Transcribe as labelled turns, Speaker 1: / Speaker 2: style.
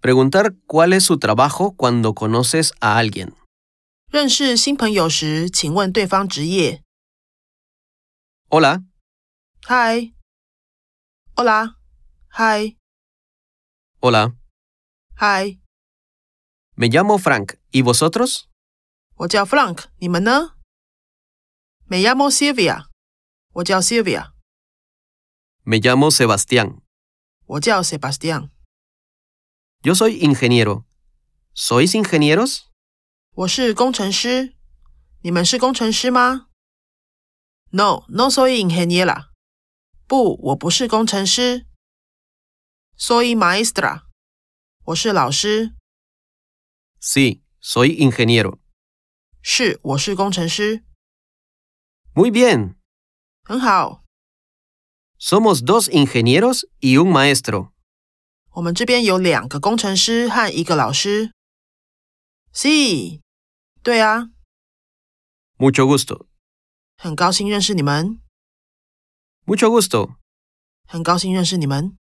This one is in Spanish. Speaker 1: Preguntar cuál es su trabajo cuando conoces a alguien.
Speaker 2: 认识新朋友时，请问对方职业。
Speaker 1: Hola,
Speaker 2: Hi。Hola。Hi。
Speaker 1: hola,
Speaker 2: Hi。
Speaker 1: me llamo Frank. ¿Y vosotros?
Speaker 2: 我叫 Frank，你们呢？Me llamo Sylvia。我叫 Sylvia。
Speaker 1: Me llamo Sebastián.
Speaker 2: 我叫 Sebastian。
Speaker 1: Yo soy ingeniero. ¿Sois ingenieros?
Speaker 2: 我是工程师。你们是工程师吗？No，no soy ingeniera。不，我不是工程师。Soy maestra。我是老师。
Speaker 1: Sí, soy ingeniero.
Speaker 2: 是，我是工程师。
Speaker 1: Muy bien.
Speaker 2: 很好，
Speaker 1: Somos dos ingenieros y un maestro.
Speaker 2: 我们这边有两个工程师和一个老师。C，对啊，
Speaker 1: Mucho gusto.
Speaker 2: 很高兴认识你们，
Speaker 1: Mucho gusto.
Speaker 2: 很高兴认识你们。